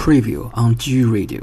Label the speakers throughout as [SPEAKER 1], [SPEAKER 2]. [SPEAKER 1] preview on G Radio。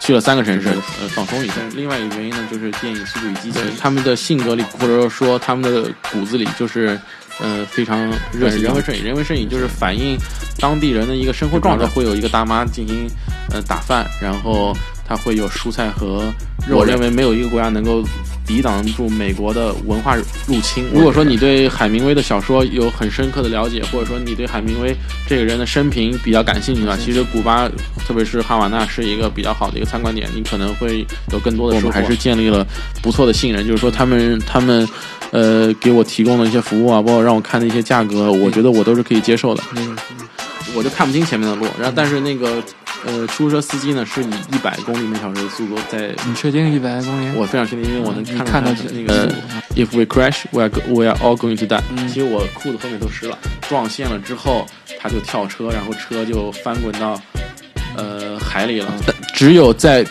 [SPEAKER 2] 去了三个城市，呃，放松一下。另外一个原因呢，就是电影《速度与激情》，他们的性格里，或者说他们的骨子里，就是，呃，非常热情。人文摄影，人文摄影就是反映当地人的一个生活状态，会有一个大妈进行，呃，打饭，然后它会有蔬菜和肉。我认为没有一个国家能够抵挡住美国的文化入侵。如果说你对海明威的小说有很深刻的了解，或者说你对海明威这个人的生平比较感兴趣的话，其实古巴，特别是哈瓦那是一个比较好的一个参观点，你可能会有更多的收获。还是建立了不错的信任，就是说他们他们。呃，给我提供的一些服务啊，包括让我看的一些价格，我觉得我都是可以接受的。我就看不清前面的路，然后但是那个呃，出租车司机呢是以一百公里每小时的速度在
[SPEAKER 3] 你确定一百公里？
[SPEAKER 2] 我非常确定，因为我能
[SPEAKER 3] 你
[SPEAKER 2] 嗯看
[SPEAKER 3] 看到
[SPEAKER 2] 到他那个呃 If we crash, we are go- we are all going to die、
[SPEAKER 3] 嗯
[SPEAKER 2] 其实我裤子后面都湿了，撞线了之后，他就跳车，然后车就翻滚到呃海里了。但只有在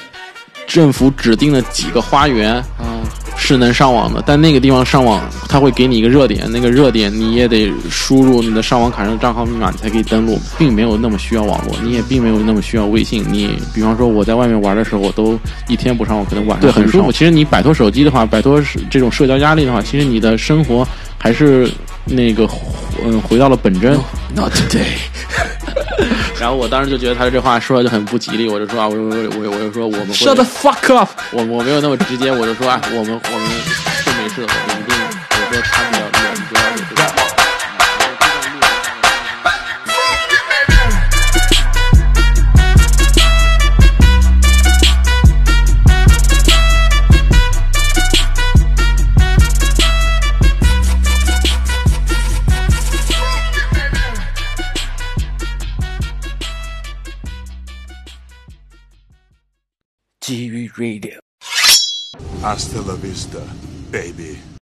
[SPEAKER 2] 政府指定的几个花园
[SPEAKER 3] 啊，
[SPEAKER 2] 是能上网的，但那个地方上网，它会给你一个热点，那个热点你也得输入你的上网卡上的账号密码，你才可以登录，并没有那么需要网络，你也并没有那么需要微信。你比方说我在外面玩的时候，我都一天不上网，可能晚上
[SPEAKER 3] 对很
[SPEAKER 2] 很
[SPEAKER 3] 舒
[SPEAKER 2] 舒
[SPEAKER 3] 服
[SPEAKER 2] 服。其实你摆脱手机的话，摆脱这种社交压力的话，其实你的生活还是那个嗯回到了本真。
[SPEAKER 1] Not today。
[SPEAKER 2] 然后我当时就觉得他这话说的就很不吉利，我就说啊，我我我我就说我们会
[SPEAKER 1] Shut the fuck up！
[SPEAKER 2] 我我没有那么直接，我就说啊，我们我们是没事的，我一定我说他比较厉害，你不要给这个。
[SPEAKER 1] G Radio。
[SPEAKER 4] Hasta la vista, baby.